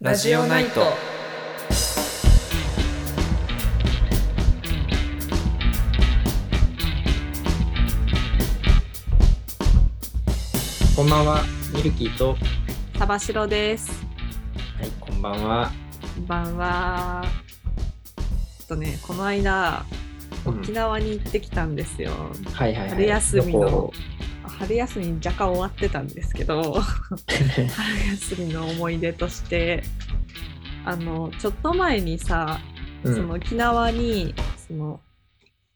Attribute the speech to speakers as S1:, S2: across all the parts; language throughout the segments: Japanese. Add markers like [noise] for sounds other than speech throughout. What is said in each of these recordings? S1: ラジオナイト。こんばんは、ミルキーと。は
S2: サバシロです。
S1: い、こんばんは。
S2: こんばんは。ちょっとね、この間、
S1: うん
S2: 沖縄に行ってきたんですよ。
S1: はいはいはい。
S2: 春休み
S1: 旅
S2: の
S1: 行。
S2: 春休みに若干終わってたんですけど [laughs] 春休みの思い出としてあのちょっと前にさ、
S1: うん
S2: その沖縄にその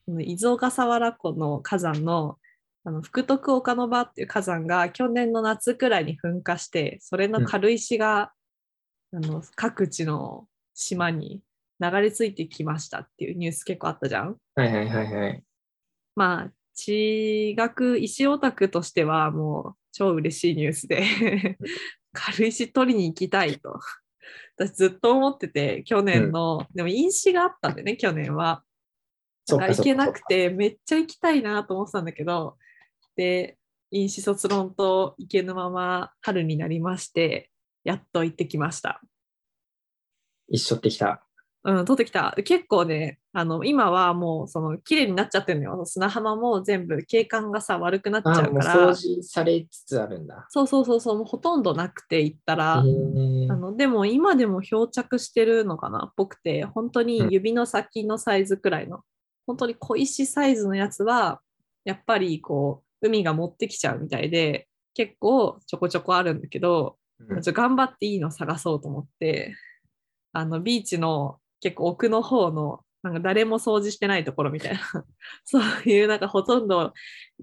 S2: その伊豆岡佐原湖の火山のあの福徳岡の場っていう火山が去年の夏くらいに噴火してそれの軽石が、あの各地の島に流れ着いてきましたっていうニュース結構あったじゃん。
S1: はいはいはいはい。
S2: まあ、地学、石オタクとしてはもう超嬉しいニュースで、軽石取りに行きたいと。私ずっと思ってて、去年の、でも飲酒があったんでね、去年は。
S1: そっ
S2: だ
S1: か
S2: から
S1: そ
S2: 行
S1: っか
S2: けなくて、めっちゃ行きたいなと思ってたんだけど、で、飲酒卒論と行けぬまま春になりまして、やっと行ってきました。
S1: 一緒ってきた。
S2: うん、取ってきた。結構ね、あの、今はもう、その、綺麗になっちゃってるのよ。砂浜も全部景観がさ、悪くなっち
S1: あ
S2: ゃ
S1: ー、
S2: う
S1: もう
S2: か
S1: 掃
S2: ら。
S1: 除されつつあるんだ。
S2: そうそうそうそう、もうほとんどなくて行ったら、
S1: へー
S2: あの、でも今でも漂着してるのかなっぽくて、本当に指の先のサイズくらいの、本当に小石サイズのやつは、やっぱりこう、海が持ってきちゃうみたいで、結構ちょこちょこあるんだけど、
S1: うん
S2: ちょ頑張っていいの探そうと思ってあのビーチの結構奥の方のなんか誰も掃除してないところみたいな [laughs] そういうなんかほとんど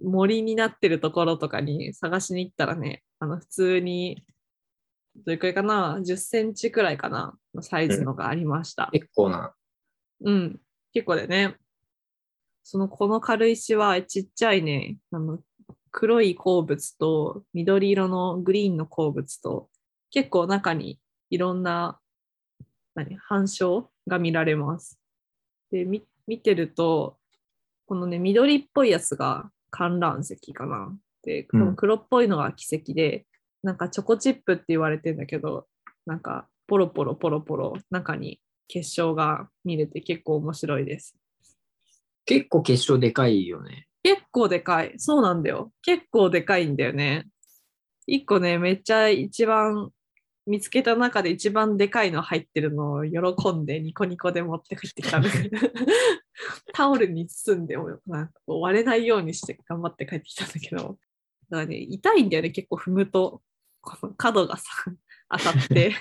S2: 森になってるところとかに探しに行ったらねあの普通にどれくらいかな10センチくらいかなのサイズのがありました。
S1: 結構な。
S2: うん、結構だよね。そのこの軽石はちっちゃいね、あの黒い鉱物と緑色のグリーンの鉱物と結構中にいろんな何反射が見られます。でみ見てるとこのね緑っぽいやつが観覧石かな。でこの黒っぽいのが奇跡で、なんかチョコチップって言われてんだけどなんかポロポロポロポロ中に結晶が見れて結構面白いです。
S1: 結構結晶でかいよね。
S2: 結構でかい。そうなんだよ。結構でかいんだよね。一個ね、めっちゃ一番見つけた中で一番でかいの入ってるのを喜んでニコニコで持って帰ってきたんですけどタオルに包んでもなんかこう割れないようにして頑張って帰ってきたんだけど、だからね、痛いんだよね、結構踏むと。この角がさ、当たって。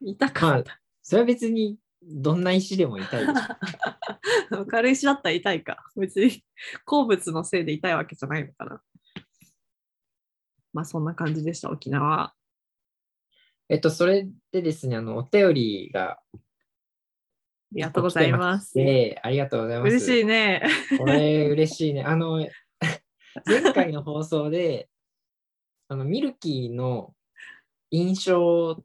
S2: 痛かった。
S1: それは別にどんな石でも痛いでし
S2: [laughs]
S1: ょ。
S2: 軽石だったら痛いか。別に鉱物のせいで痛いわけじゃないのかな。まあそんな感じでした、沖縄。
S1: えっと、それでですね、あの、お便りが
S2: ありがとうございます。
S1: で、ありがとうございます。
S2: 嬉しいね。
S1: これ嬉しいね。あの、前回の放送で、あの、ミルキーの印象っ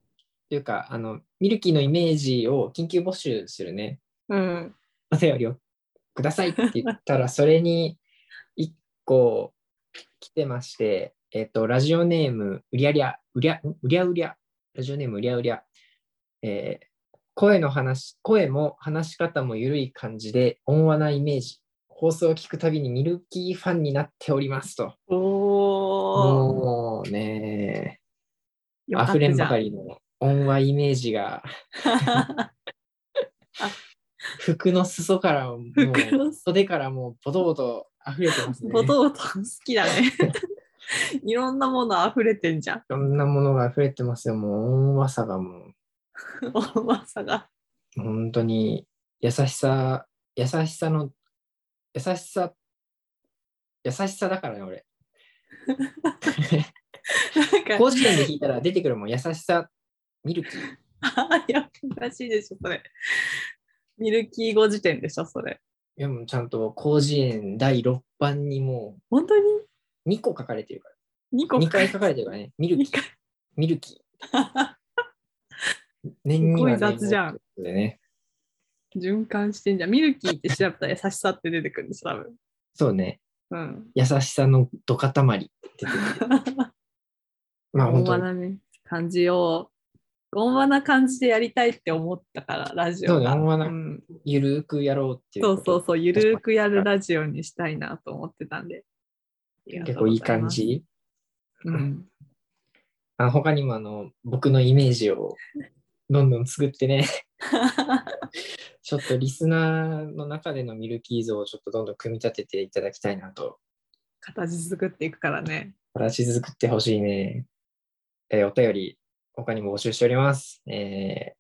S1: ていうか、あの、ミルキーのイメージを緊急募集するね、
S2: うん。
S1: お便りをくださいって言ったら、それに1個来てまして、えっと、ラジオネーム、うりゃりゃ、うりゃ、んうりゃうりゃ、ラジオネーム、うりゃうりゃ、えー声の話、声も話し方も緩い感じで、温和なイメージ。放送を聞くたびにミルキーファンになっておりますと。
S2: おー。
S1: もうね、
S2: よかっ
S1: 溢れ
S2: た
S1: ん
S2: じゃ
S1: ば
S2: ん
S1: か
S2: [laughs]
S1: りの温和イメージが、服の裾からもう、
S2: 服の裾
S1: 袖からもう、ボトボト溢れてますね。
S2: ボトボト好きだね。いろんなもの溢れてんじゃん。
S1: いろんなものが溢れてますよ。もう、温和さがも
S2: 大まさが。
S1: う、本当に、優しさ、優しさの、優しさ、優しさだからね、俺。
S2: なんか、
S1: 個人で聞いたら出てくるもん、優しさ、ミルキー。
S2: あいや、おかしいでしょ、それ。ミルキー語辞典でしょ、それ。
S1: いや、もうちゃんと、広辞苑第6版にも
S2: 本当に
S1: う、2個書かれてるから。
S2: 2個
S1: 2回書かれてるからね、ミルキー、ミルキ
S2: [laughs]
S1: ー。年には、ね、
S2: すごい雑じゃん
S1: もうでね。
S2: 循環してんじゃん。ミルキーって調べたら優しさって出てくるんです、多分。
S1: そうね、
S2: うん。
S1: 優しさの
S2: [laughs]
S1: ど塊。まあ、
S2: 大
S1: 本当に
S2: 学感じを穏和な感じでやりたいって思ったから、ラジオが。
S1: そうね穏和なんゆるーくやろうっていう
S2: そ
S1: こ
S2: う
S1: と。
S2: そうそう、ゆるーくやるラジオにしたいなと思ってたんで。
S1: 結構いい感
S2: あり
S1: じ。
S2: がとうございます。
S1: あの他にもあの僕のイメージをどんどん作ってね、ちょっとリスナーの中でのミルキー像をちょっとどんどん組み立てていただきたいなと
S2: 形作っていくからね。
S1: 形作ってほしいね。えーお便り、他にも募集しております。え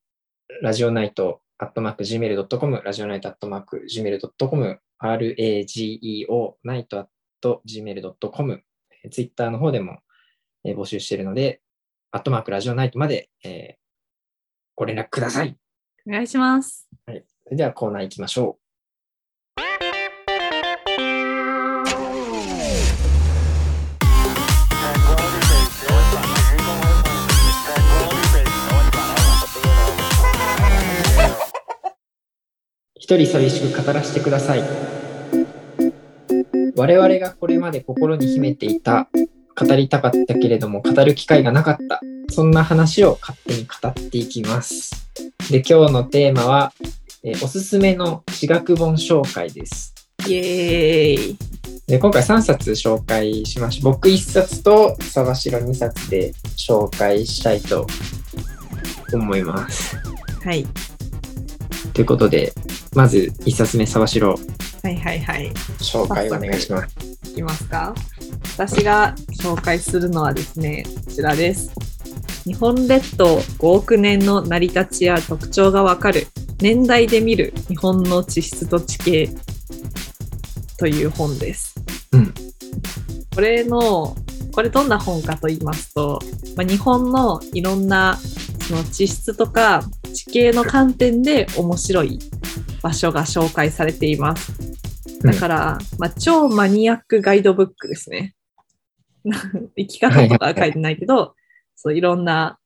S1: ー、ラジオナイト、アットマーク、gmail.com、ラジオナイト、アットマーク、gmail.com、rageo、ナイト、アット、gmail.com、えー、ツイッターの方でも、えー募集しているので、アットマーク、ラジオナイトまで、えーご連絡ください。
S2: お願いします。
S1: それではコーナー行きましょう。一人寂しく語らせてください。我々がこれまで心に秘めていた、語りたかったけれども語る機会がなかった、そんな話を勝手に語っていきます。で、今日のテーマは、えーおすすめの私学本紹介です。
S2: イエーイ。
S1: で今回3冊紹介しまし僕1冊と沢城2冊で紹介したいと思います。
S2: はい。
S1: ということで、まず1冊目沢城
S2: はいはいはい。
S1: 紹介お願いします。
S2: いきますか私が紹介するのはですねこちらです日本列島5億年の成り立ちや特徴がわかる年代で見る日本の地質と地形という本です、
S1: うん
S2: これのこれどんな本かと言いますと、まあ、日本のいろんなその地質とか地形の観点で面白い場所が紹介されていますだから、まあ、超マニアックガイドブックですね。 [laughs] 生き方とかは書いてないけど、そういろんな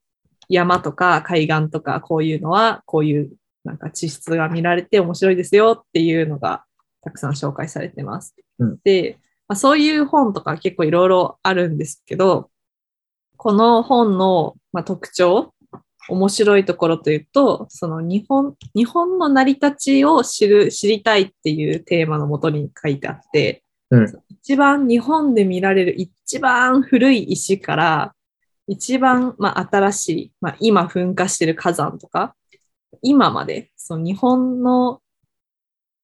S2: 山とか海岸とかこういうのはこういうなんか地質が見られて面白いですよっていうのがたくさん紹介されてます。
S1: うん
S2: で、まあ、そういう本とか結構いろいろあるんですけど、この本の、まあ、特徴、面白いところというと、その日本、日本の成り立ちを知る、知りたいっていうテーマのもとに書いてあって、
S1: うん
S2: 一番日本で見られる一番古い石から、一番、まあ、新しい、まあ、今噴火してる火山とか、今まで、その日本の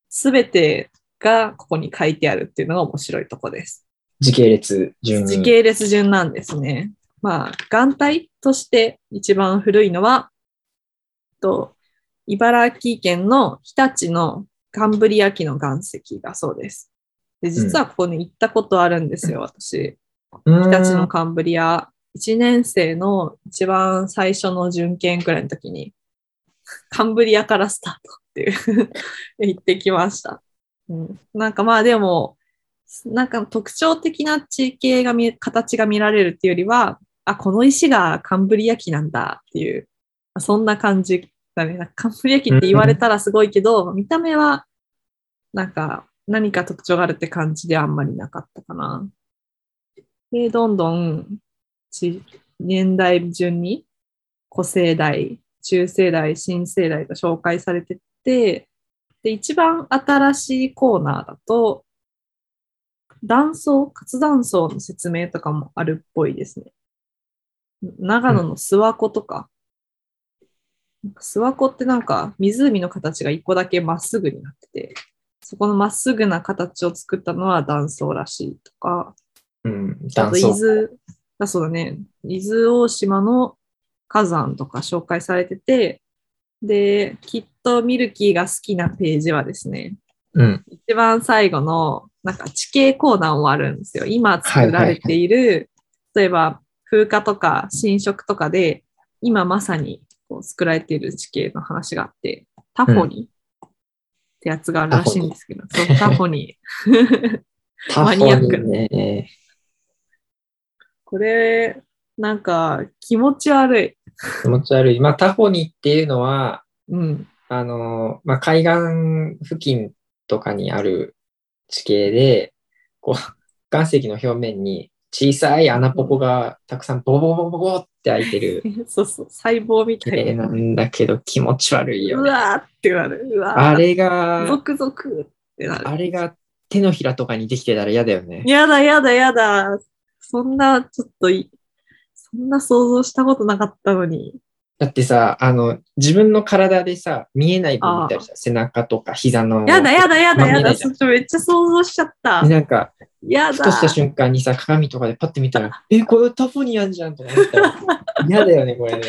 S2: すべてがここに書いてあるっていうのが面白いとこです。
S1: 時系列順に。
S2: 時系列順なんですね。まあ、眼帯として一番古いのは、と茨城県の日立のカンブリア紀の岩石だそうです。で実はここに行ったことあるんですよ、私。
S1: うーん
S2: 日立のカンブリア、1年生の一番最初の準研くらいの時に、カンブリアからスタートっていう [laughs] 行ってきました。うん、なんかまあでも、なんか特徴的な地形が見え、形が見られるっていうよりは、あ、この石がカンブリア紀なんだっていう、まあそんな感じだね。なんかカンブリア紀って言われたらすごいけど、見た目は、なんか何か特徴があるって感じであんまりなかったかな。で、どんどんち年代順に古生代、中生代、新生代と紹介されてって、で、一番新しいコーナーだと、断層、活断層の説明とかもあるっぽいですね。長野の諏訪湖とか、なんか諏訪湖ってなんか湖の形が一個だけまっすぐになってて、そこのまっすぐな形を作ったのは断層らしいとか、
S1: うん、
S2: あ
S1: 断
S2: と伊
S1: 層。
S2: 豆、あそうだね、伊豆大島の火山とか紹介されてて、で、きっとミルキーが好きなページはですね、
S1: うん。
S2: 一番最後のなんか地形コーナーもあるんですよ。今作られている、例えば風化とか侵食とかで、今まさにこう作られている地形の話があって、タフォニーってやつがあるらしいんですけど、そうタフォニー。
S1: タフ
S2: マニアック
S1: ォにね。
S2: これ、なんか気持ち悪い。
S1: 気持ち悪い。まあ、タフォニっていうのは、
S2: うん。 [laughs]
S1: あの、まあ、海岸付近とかにある地形で、こう、岩石の表面に小さい穴ポコがたくさんボボボボボって開いてる
S2: そうそう、細胞みた
S1: 絵
S2: いな。
S1: なんだけど気持ち悪いうよね。
S2: わーってなる。うわー
S1: あれが
S2: ゾ、クゾクってなる。
S1: あれが手のひらとかにできてたら嫌だよ [laughs] ね。
S2: やだやだやだ。そんな、ちょっとい、そんな想像したことなかったのに。
S1: だってさ、あの、自分の体でさ、見えない部分見たりさ、背中とか膝の。
S2: やだやだやだや
S1: まあ見えな
S2: だ。
S1: いじゃ
S2: そ
S1: ん
S2: っちめっちゃ想像しちゃった
S1: で。なんか、
S2: や
S1: ふと
S2: だ。
S1: した瞬間にさ、鏡とかでパッて見たら、え、これタフォニアンじゃんとか思った
S2: [laughs]
S1: ら、嫌だよね、これね。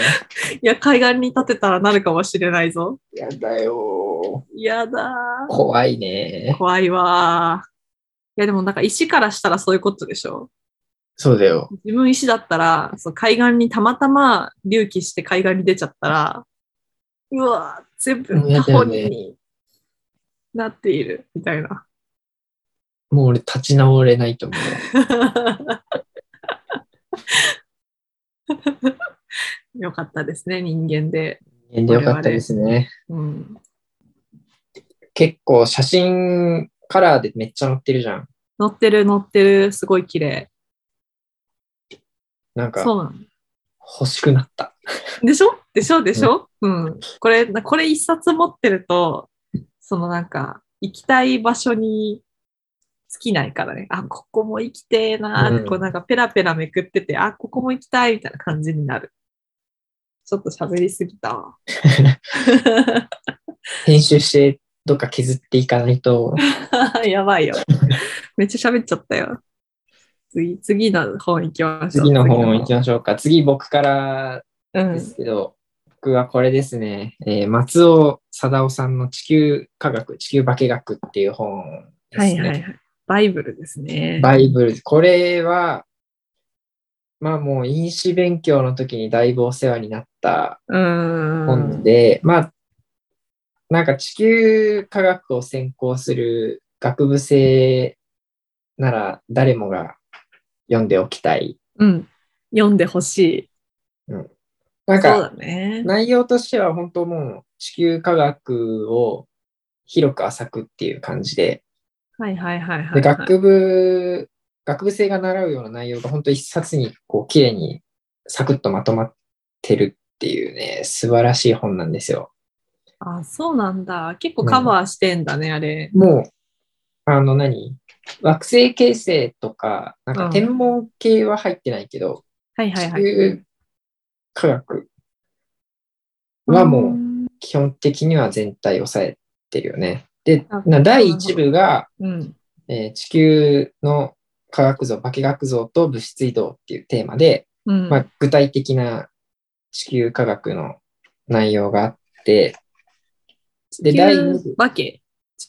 S2: いや、海岸に立てたらなるかもしれないぞ。
S1: 嫌だよ
S2: やだ
S1: ー。怖いね
S2: ー。怖いわー。いや、でもなんか石からしたらそういうことでしょ。
S1: そうだよ。
S2: 自分石だったら、そう海岸にたまたま隆起して海岸に出ちゃったら、うわー、全部
S1: うんや
S2: タ
S1: だよ
S2: ホ
S1: ね
S2: になっている、みたいな。
S1: もう俺立ち直れないと思う。
S2: [laughs] よかったですね、人間で。
S1: 人間でよかったですね。
S2: うん。
S1: 結構写真カラーでめっちゃ載ってるじゃん。
S2: 乗ってる乗ってる、すごい綺麗。
S1: なんか
S2: そうなの。
S1: 欲しくなった。
S2: でしょでしょでしょ、うん、これ、これ一冊持ってると、そのなんか、行きたい場所に尽きないからね。あ、ここも行きてえなーって、
S1: うん
S2: こうなんかペラペラめくってて、あ、ここも行きたいみたいな感じになる。ちょっと喋りすぎた
S1: [laughs]
S2: わ。
S1: 編集してどっか削っていかないと。
S2: [laughs] やばいよ。めっちゃ喋っちゃったよ。次、次の本行きましょう。
S1: 次の本行きましょうか。次僕から
S2: うん
S1: ですけど、僕はこれですね、えー松尾貞夫さんの地球科学、地球化学っていう本です
S2: は
S1: ね。
S2: いはいはい。バイブルですね。
S1: バイブル、これは、まあもう飲酒勉強の時にだいぶお世話になった
S2: うーん。
S1: 本で、まあ、なんか地球科学を専攻する学部生なら誰もが読んでおきたい。
S2: うん。読んでほしい。
S1: なん
S2: そう
S1: か
S2: だ [laughs] ね。
S1: 内容としては本当もう地球科学を広く浅くっていう感じで、
S2: はいはいはいはい、
S1: で
S2: はい。
S1: 学部、学部生が習うような内容が本当一冊にこう綺麗にサクッとまとまってるっていうね、素晴らしい本なんですよ。
S2: あ、そうなんだ。結構カバーしてんだね、あれ。
S1: もう、あの何、惑星形成とか、なん
S2: う
S1: か
S2: ん
S1: 天文系は入ってないけど、
S2: はいはい
S1: 地
S2: はい。
S1: 球科学はもう
S2: ー。
S1: うん基本的には全体を抑えてるよね。で
S2: あ、
S1: な第1部が、
S2: うん。
S1: えー地球の科学像、化学像と物質移動っていうテーマで、
S2: うん。
S1: まあ、具体的な地球科学の内容があって、で、
S2: 地
S1: 第2
S2: 球
S1: 部、
S2: 化け。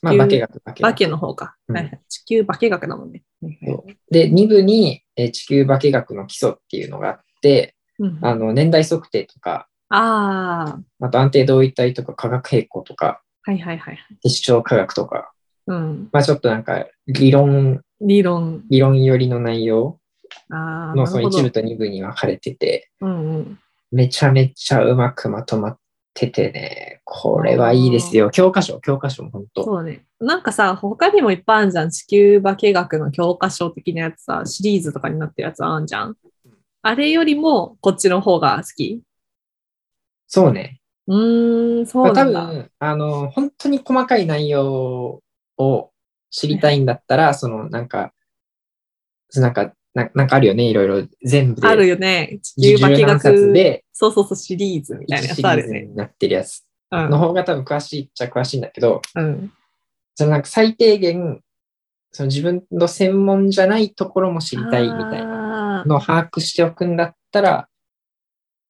S1: まあ、
S2: 地球
S1: 化学、化
S2: 化
S1: 学。
S2: けの方か。
S1: うん
S2: はいはい、地球化け学だもんね。はいはい
S1: そうで、2部に、えー地球化学の基礎っていうのがあって、
S2: うん、
S1: あの年代測定とか、
S2: あー。
S1: あと安定同位体とか化学平衡とか、
S2: はいはいはいはい。
S1: 結晶化学とか、
S2: うん。
S1: まあちょっとなんか理論、
S2: 理論。
S1: 理論寄りの内容
S2: ああ、
S1: のそ
S2: な
S1: の
S2: るほど
S1: 1部と2部に分かれてて、
S2: うんうん。
S1: めちゃめちゃうまくまとまっててね、これはいいですよ。教科書、教科書も本当。
S2: そうだね。なんかさ、他にもいっぱいあるじゃん。地球化学の教科書的なやつさ、シリーズとかになってるやつあるじゃん。あれよりも、こっちの方が好き。
S1: そうね。
S2: うーん、そ
S1: まあ
S2: うな
S1: 多
S2: んだ。
S1: 分、あの、本当に細かい内容を知りたいんだったら、そのなんか、なんか、ななんかあるよね、いろいろ全部で。
S2: あるよね。地
S1: 十
S2: 球化
S1: 何冊
S2: 学。
S1: で、
S2: そうそうそう、シリーズみた
S1: 1
S2: いなや
S1: シ
S2: つ
S1: リ
S2: あ
S1: ー
S2: る
S1: ズ
S2: よね。
S1: になってるやつ
S2: う
S1: の
S2: ん。
S1: 方が多分詳しいっちゃ詳しいんだけど、
S2: うん。
S1: そのなんか最低限、その自分の専門じゃないところも知りたいみたいな
S2: な
S1: のを把握しておくんだったら、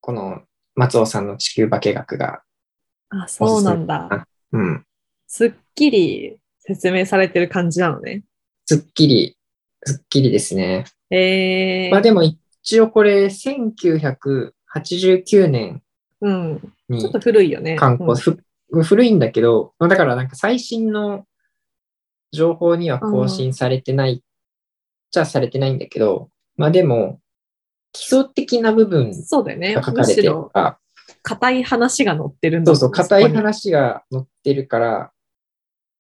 S1: この松尾さんの地球化学が、
S2: あ、そうなんだ。
S1: うん、
S2: すっきり説明されてる感じなのね。
S1: すっきり、すっきりですね。
S2: えー。
S1: まあでも一応これ1989年
S2: うん。ちょっ
S1: に
S2: と古いよね。
S1: 刊行、
S2: うん
S1: ふ古いんだけど、まあだからなんか最新の情報には更新されてない、じゃされてないんだけど、まあでも基礎的な部分
S2: そうだよね
S1: が書。か
S2: む
S1: れて
S2: し
S1: る
S2: ろ
S1: とか、
S2: 硬い話が載ってるんだ
S1: そう
S2: もんね
S1: そう、硬い
S2: こに
S1: 話が載ってるから、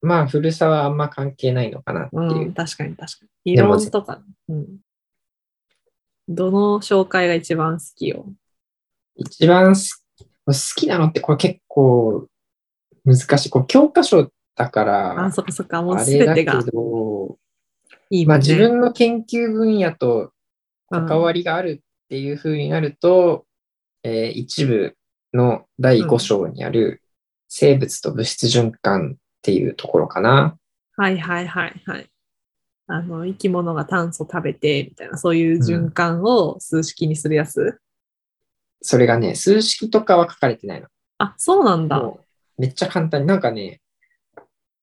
S1: まあ古さはあんま関係ないのかなっていう。
S2: うん、確かに確かに。理論とか。うん。どの紹介が一番好きよ。
S1: 一番す好きなのって、これ結構難しい。こう教科書だから、
S2: あ、そっかそっか、もう
S1: あ
S2: す
S1: れ
S2: べ
S1: だ
S2: て
S1: け
S2: が
S1: ど、
S2: いいも
S1: まあ
S2: んね、
S1: 自分の研究分野と
S2: うん
S1: 関わりがあるっていう風になると、えー一部の第5章にある生物と物質循環っていうところかな。
S2: はいはいはいはい。あの、生き物が炭素食べて、みたいな、そういう循環を数式にするやつ。
S1: それがね、数式とかは書かれてないの。
S2: あ、そうなんだ。
S1: もうめっちゃ簡単に、なんかね、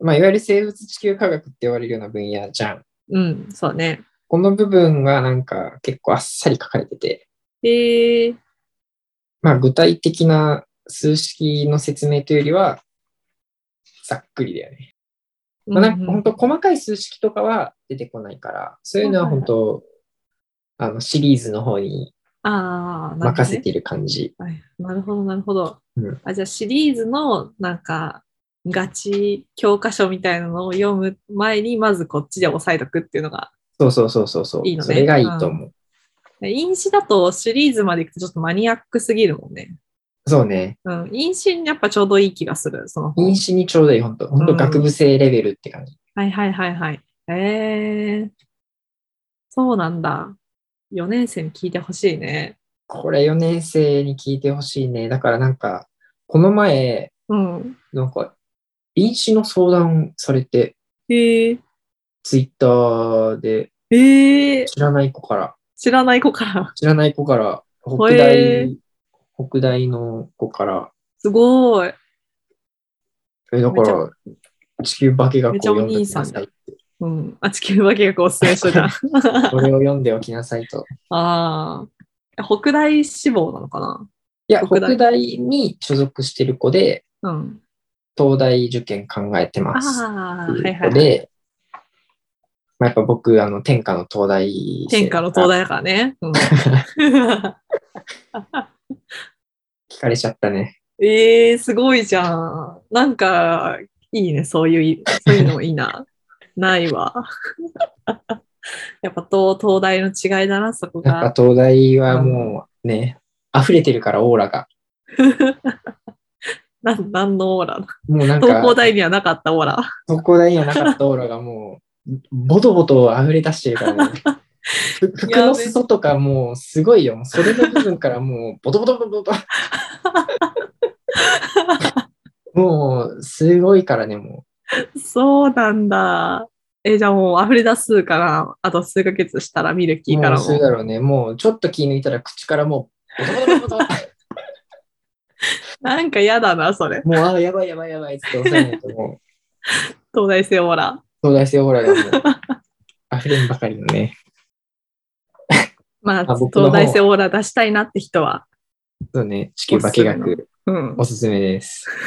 S1: まあ、いわゆる生物地球科学って言われるような分野じゃん。
S2: うん、そうね。
S1: この部分はなんか結構あっさり書かれてて、
S2: へえ
S1: まあ、具体的な数式の説明というよりは、ざっくりだよね。まあ、なんか本当細かい数式とかは出てこないから、そういうのは本当、あのシリーズの方に
S2: ああ、なるほどね
S1: 任せてる感じ。
S2: はいなるほど、なるほど。
S1: うん
S2: あじゃあ、シリーズの、なんか、ガチ教科書みたいなのを読む前に、まずこっちで押さえとくっていうのが、
S1: そうそうそうそうそう
S2: いいのね
S1: それがいいと思う。
S2: 因子だとシリーズまで行くとちょっとマニアックすぎるもんね。
S1: そうね。
S2: うん、因子にやっぱちょうどいい気がする、その本
S1: 因子にちょうどいい、本当本当
S2: うん
S1: 学部生レベルって感じ。
S2: はいはいはいはい。ええそうなんだ。4年生に聞いてほしいね。
S1: これ4年生に聞いてほしいね。だからなんか、この前、
S2: うん。
S1: なんか、因子の相談されて、
S2: ええ
S1: ツイッターで
S2: ええ
S1: 知らない子から、
S2: 知らない子から。
S1: 知らない子から、北
S2: へ
S1: 大、北大の子から、
S2: すごい。
S1: え、だから、地球化学を読んでお
S2: め
S1: き
S2: ちゃお兄
S1: なさ
S2: さん
S1: い
S2: だ
S1: って。
S2: うん。あ、地球化学おすすめしてた。
S1: これを読んでおきなさいと。
S2: ああ。北大志望なのかない
S1: や、
S2: 北
S1: 北
S2: 大
S1: 大に所属してる子で、
S2: うん。
S1: 東大受験考えてます。
S2: ああ、は
S1: ってい
S2: いうはい
S1: 子
S2: はい。
S1: で、まあ、やっぱ僕、あの、天下の東大生
S2: 天下の東大だからね。うん、
S1: 聞かれちゃったね。
S2: ええすごいじゃん。なんか、いいね、そういう、そういうのもいいな。ないわ。やっぱ東東大の違いだな、そこ
S1: やっ
S2: が。
S1: ぱ東大はもうね、溢れてるからオーラが。
S2: なんなんのオーラ
S1: もうなんか、
S2: 東工大にはなかったオーラ。
S1: 東工大にはなかったオーラがもう、ボトボト溢れ出してるか
S2: [laughs]
S1: らもう、ふ服の裾とかもうすごいよ。もうそれの部分からもう、ボトボトボトボト。もう、すごいからね、も
S2: そうなんだ。え、じゃあもう溢れ出すから、あと数ヶ月したらミル
S1: う。
S2: キーから
S1: もうす
S2: も。
S1: るだろうね。もう、ちょっと気抜いたら口からもう、ボトボトボトボト。
S2: なんか嫌だな、それ。
S1: もう、あー、やばいやばいやばいっつって押さえないと、も
S2: 東大生オーラ。
S1: う、東大生オーラがもう、溢れんばかりのね。
S2: まあ、
S1: あ僕の
S2: 東
S1: 方
S2: 大生オーラ出したいなって人は。
S1: そうね、地球化計画、
S2: うん。
S1: おすすめです。
S2: [laughs]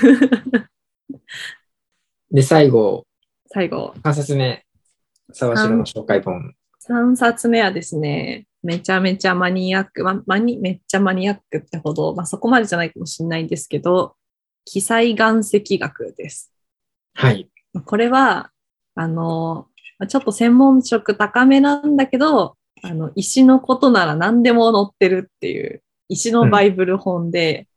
S1: で、最後、
S2: 最後。
S1: 3冊目、沢城の紹介本。
S2: 3冊目はですね、めちゃめちゃマニアック、ま、マニめっちゃマニアックってほど、まあ、そこまでじゃないかもしれないんですけど、記載岩石学です。
S1: はい。
S2: これは、あの、まあちょっと専門職高めなんだけど、あの、石のことなら何でも載ってるっていう、石のバイブル本で、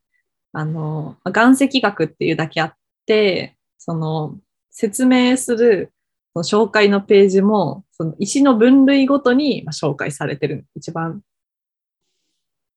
S2: あの、まあ岩石学っていうだけあって、その、説明する、その紹介のページも、その石の分類ごとにまあ紹介されてる、一番。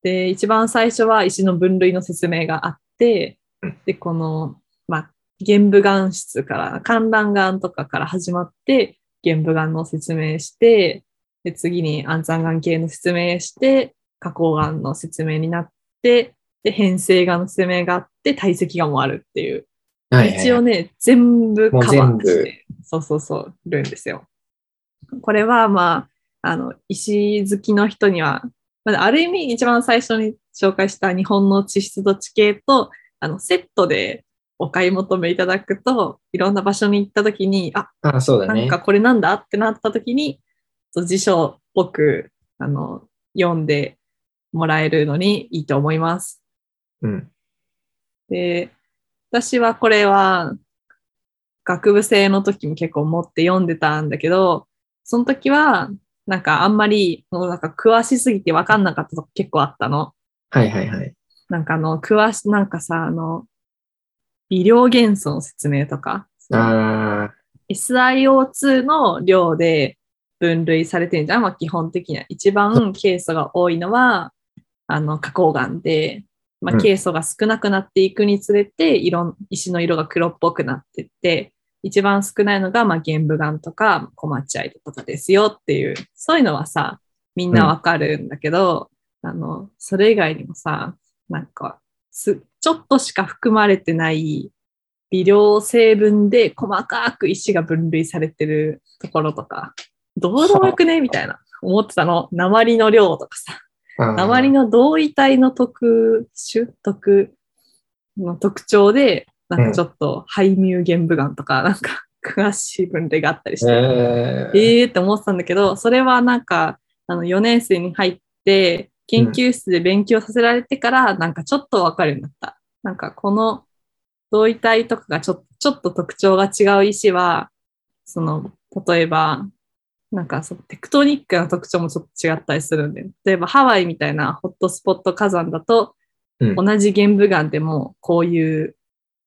S2: で、一番最初は石の分類の説明があって
S1: うん、
S2: で、この、まあ、玄武岩室から、観覧岩とかから始まって、玄武岩の説明して、で次に安山岩系の説明して、花崗岩の説明になって、で、変成岩の説明があって、体積岩もあるっていう。
S1: はい
S2: 一応ね、全部カバ
S1: もう
S2: ー
S1: 全
S2: し
S1: 部
S2: て、そうそうそう、るんですよ。これは、まあ、あの、石好きの人には、まあ、ある意味一番最初に紹介した日本の地質と地形と、あの、セットでお買い求めいただくと、いろんな場所に行った時に、あ、
S1: あ、そうだ
S2: なん
S1: ね
S2: か。これなんだってなった時に、そう辞書っぽく、あの、読んでもらえるのにいいと思います。
S1: うん。
S2: で、私はこれは学部生の時も結構持って読んでたんだけど、その時は、なんかあんまり、もうなんか詳しすぎて分かんなかったとこ結構あったの。
S1: はいはいはい。
S2: なんかあの、詳し、なんかさ、あの、微量元素の説明とか、
S1: あ
S2: SIO2 の量で分類されてるじゃん、まあ、基本的には。一番ケ素が多いのは、あの、花崗岩で、まあ、
S1: うん
S2: ケ素が少なくなっていくにつれて、色ん石の色が黒っぽくなってって、一番少ないのが、まあ、玄武岩とか、小町藍とかですよっていう、そういうのはさ、みんなわかるんだけど、あの、それ以外にもさ、なんか、すちょっとしか含まれてない微量成分で細かく石が分類されてるところとか、どうでもよくねみたいな。思ってたの。鉛の量とかさ。
S1: ーあー。
S2: 鉛の同位体の特種、特、の特徴で、なんかちょっと、排入玄武岩とか、なんか、詳しい分類があったりして。
S1: えー、
S2: えーって思ってたんだけど、それはなんか、あの4年生に入って、研究室で勉強させられてから、なんかちょっとわかるようになった。なんかこの同位体とかがちょちょっと特徴が違う石は、その、例えば、なんかそのテクトニックな特徴もちょっと違ったりするんで、例えばハワイみたいなホットスポット火山だと、
S1: うん
S2: 同じ玄武岩でもこういう、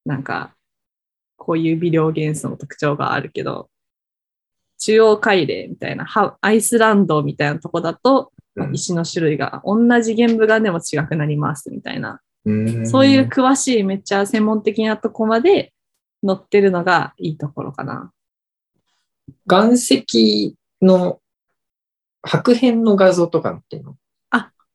S2: なんか、こういう微量元素の特徴があるけど、中央海嶺みたいな、ハアイスランドみたいなとこだと、まあ
S1: うん
S2: 石の種類が同じ玄武岩でも違くなりますみたいな、
S1: うん
S2: そういう詳しいめっちゃ専門的なとこまで載ってるのがいいところかな。
S1: 岩石の白片の画像とかっていうの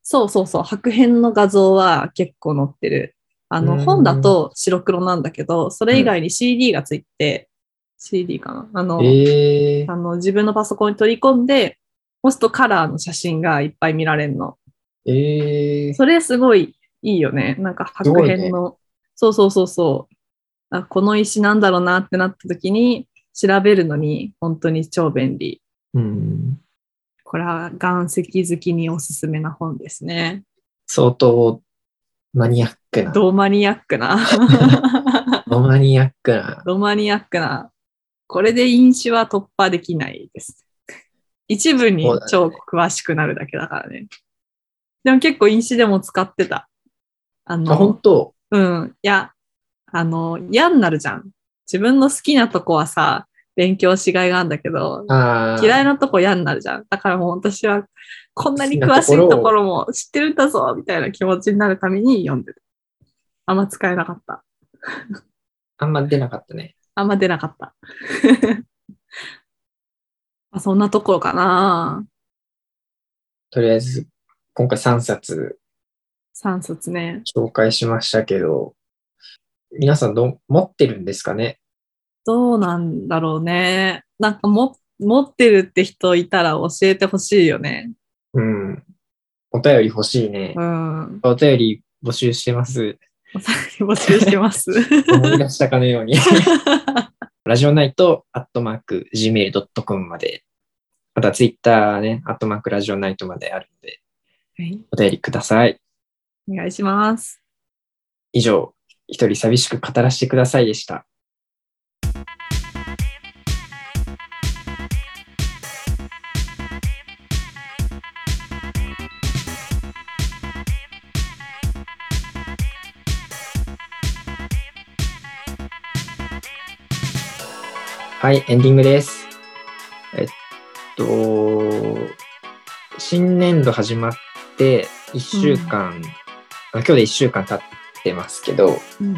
S2: そうそうそう、白片の画像は結構載ってる。あ
S1: う
S2: の、
S1: ん
S2: 本だと白黒なんだけど、それ以外に CD がついて、CD かなあの、
S1: えー
S2: あの、自分のパソコンに取り込んで、押すとカラーの写真がいっぱい見られるの。
S1: えー
S2: それすごいいいよね。なんか白
S1: すご
S2: 片
S1: いね
S2: の、そうそうそうそう。あこの石なんだろうなってなった時に調べるのに本当に超便利。
S1: うん、
S2: これは岩石好きにおすすめな本ですね。
S1: 相当マニアックな、
S2: ドマニアックな。 [laughs]
S1: マニアックな、
S2: ドマニアックな。これで飲酒は突破できないです。一部に
S1: そうだね
S2: 超詳しくなるだけだからね。でも結構飲酒でも使ってた。あ
S1: あ本
S2: の、
S1: 当、
S2: うん。いや、あの、嫌になるじゃん。自分の好きなとこはさ、勉強しがいがあるんだけど、
S1: あー
S2: 嫌いなとこ嫌になるじゃん。だからもう私は、こんなに
S1: 好きな
S2: 詳
S1: と
S2: しい
S1: ころを
S2: ところも知ってるんだぞみたいな気持ちになるために読んでる。あんま使えなかった。
S1: あんま出なかったね。
S2: あんま出なかった。 [laughs] まあそんなところかな。
S1: とりあえず、今回3冊
S2: 3冊ね。
S1: 紹介しましたけど、皆さんど、持ってるんですかね
S2: どうなんだろうね。なんかも持ってるって人いたら教えてほしいよね。
S1: うん。お便り欲しいね
S2: う。ん。
S1: お便り募集してます。
S2: 募集して
S1: [laughs]
S2: ます。
S1: 思い出したかの
S2: [laughs]
S1: ように。 [laughs] ラジオナイト、アットマーク、gmail.com まで。またツイッターね、アットマークラジオナイトまであるので、
S2: はい
S1: お便りください。
S2: お願いします。
S1: 以上、一人寂しく語らせてくださいでした。はい、エンディングです。えっと、新年度始まって1週間、あ今日で1週間経ってますけど、
S2: うん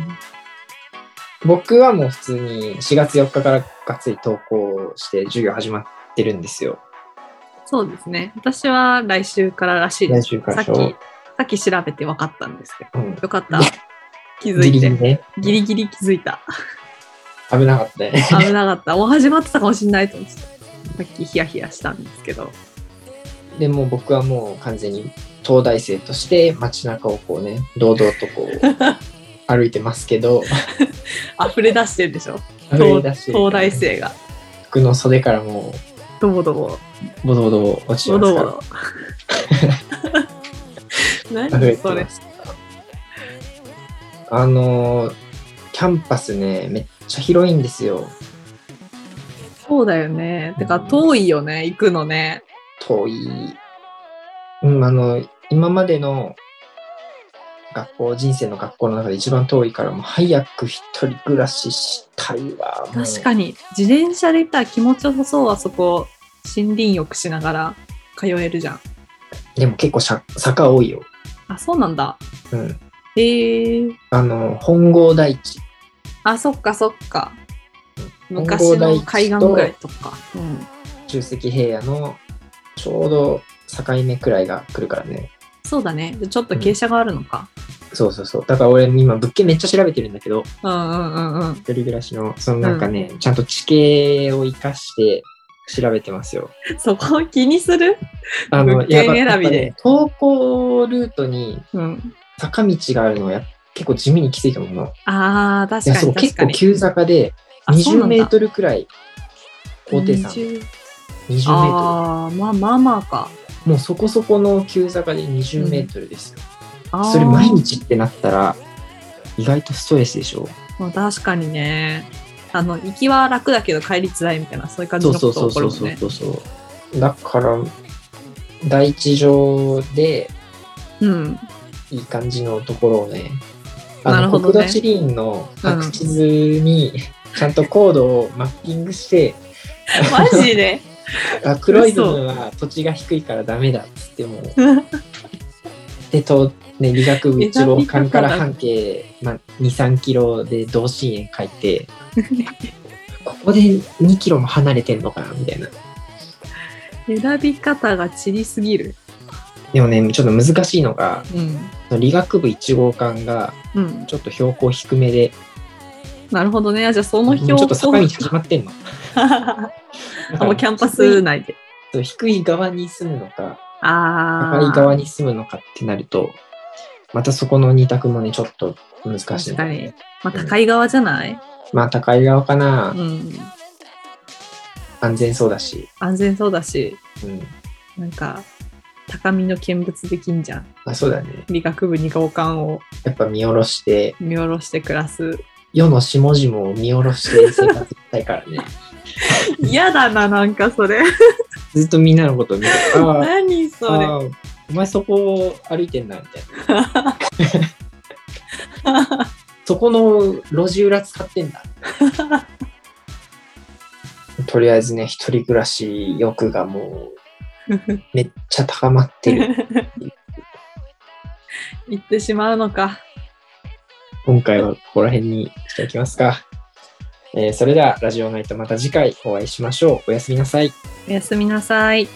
S1: 僕はもう普通に4月4日からがっつり登校して授業始まってるんですよ。
S2: そうですね。私は来週かららしいで
S1: 来
S2: す。
S1: 週か
S2: さ
S1: ら
S2: っ
S1: で
S2: き、
S1: しょ
S2: さっき調べて分かったんですけど。
S1: うん
S2: よかった。気づ
S1: ギ
S2: い
S1: リギリ
S2: て。
S1: ね。
S2: ギリギリ気づいた。
S1: 危なかったね。
S2: 危なかった。もう始まってたかもしれないと思ってた。さっきヒヤヒヤしたんですけど。
S1: でもう僕はもう完全に東大生として街中をこうね、堂々とこう
S2: [laughs]
S1: 歩いてますけど、
S2: 溢れ出してるでしょ
S1: 溢れ出してる
S2: 東大生が。
S1: 服の袖からも
S2: どぼどぼ。
S1: うボドボド落ちて
S2: どぼ
S1: ます
S2: ど
S1: か
S2: ぼ
S1: ら。
S2: ど。何
S1: [laughs] 溢れて
S2: それ
S1: ま。す。あのー、キャンパスね、めっちゃ広いんですよ。
S2: そうだよね。てか遠いよね。行くのね。
S1: 遠い、うん、あの、今までの学校、人生の学校の中で一番遠いから、もう早く一人暮らししたいわ。もう
S2: 確かに自転車で行ったら気持ちよさそうあそこ森林浴しながら通えるじゃん
S1: でも結構しゃ坂多いよ。
S2: あそうなんだ
S1: うん。
S2: へえー、
S1: あの、本郷台地。
S2: あそっかそっか
S1: うん
S2: 昔の海岸ぐらい
S1: 本郷台地
S2: とか、うん、
S1: と中石平野のちょうど境目くらいが来るからね。
S2: そうだねちょっと傾斜があるのか、
S1: そうそうそう。だから俺今物件めっちゃ調べてるんだけど、
S2: うん、うんうんうん
S1: 一人暮らしの、そのなんかね、ちゃんと地形を生かして調べてますよ。
S2: そこを気にする
S1: あの、
S2: 物件
S1: やば
S2: 選びで
S1: やっぱね投稿ルートに
S2: うん
S1: 坂道があるのはや結構地味にきついと思うの。
S2: あー
S1: いや
S2: 確か
S1: そう
S2: に
S1: 結
S2: 確か
S1: 構
S2: に
S1: 急坂で
S2: あそうな
S1: 20
S2: んだ
S1: メートルくらい高低差。20
S2: 20
S1: メート
S2: あーまあまあまあか
S1: ル。もうそこそこの急坂で20メートルですよ。
S2: あー
S1: それ毎日ってなったら意外とストレスでしょ。
S2: まあ確かにねあの行きは楽だけど帰りづらいみたいなそういう感じ
S1: そう
S2: の
S1: そ
S2: こ
S1: うそ
S2: と起こ
S1: うそ
S2: る
S1: う
S2: もん
S1: そう
S2: ね
S1: そうそう。だから第一上で
S2: うん
S1: いい感じのところをね、あの
S2: なるほどね
S1: 国土地理院の白地図に、ちゃんとコードをマッピングして、
S2: マジで
S1: あ黒い部分は土地が低いからダメだっつっ
S2: [laughs]
S1: ても、でと、ね、理学部一郎館から半径、まあ、23キロで同心円書いて
S2: [laughs]
S1: ここで2キロも離れてんのかなみたいな
S2: [laughs] 選び方が散りすぎる
S1: でもねちょっと難しいのが
S2: うん
S1: その理学部1号館が
S2: うん
S1: ちょっと標高低めで
S2: なるほどねじゃあそ
S1: も
S2: の
S1: うち
S2: 表
S1: ょっと坂道始まってんの
S2: あ
S1: だか
S2: [laughs]
S1: ら
S2: もうキャンパス内で
S1: そう低い側に住むのか
S2: あ
S1: 高い
S2: あ
S1: 側に住むのかってなるとまたそこの2択もねちょっと難しい
S2: 確
S1: の
S2: かにまあ高い側じゃない
S1: まあ高い側かな、
S2: うん
S1: 安全そうだし、
S2: 安全そうだし
S1: うん
S2: なんか高みの見物できんじゃん
S1: まあ、そうだね
S2: 理学部に五感を
S1: やっぱ見下ろして
S2: 見下ろして暮らす
S1: 世の下々を見下ろして生活したいから
S2: [laughs]
S1: ね
S2: 嫌だななんかそれ
S1: ずっとみんなのことを見てあー
S2: 何それ
S1: あーお前そこを歩いてんなみたいなそこの路地裏使ってんだとりあえずね一人暮らし欲がもうめっちゃ高まってる
S2: [laughs] 行ってしまうのか
S1: 今回はここら辺にしておきますか、えーそれではラジオナイトまた次回お会いしましょうおやすみなさい
S2: おやすみなさい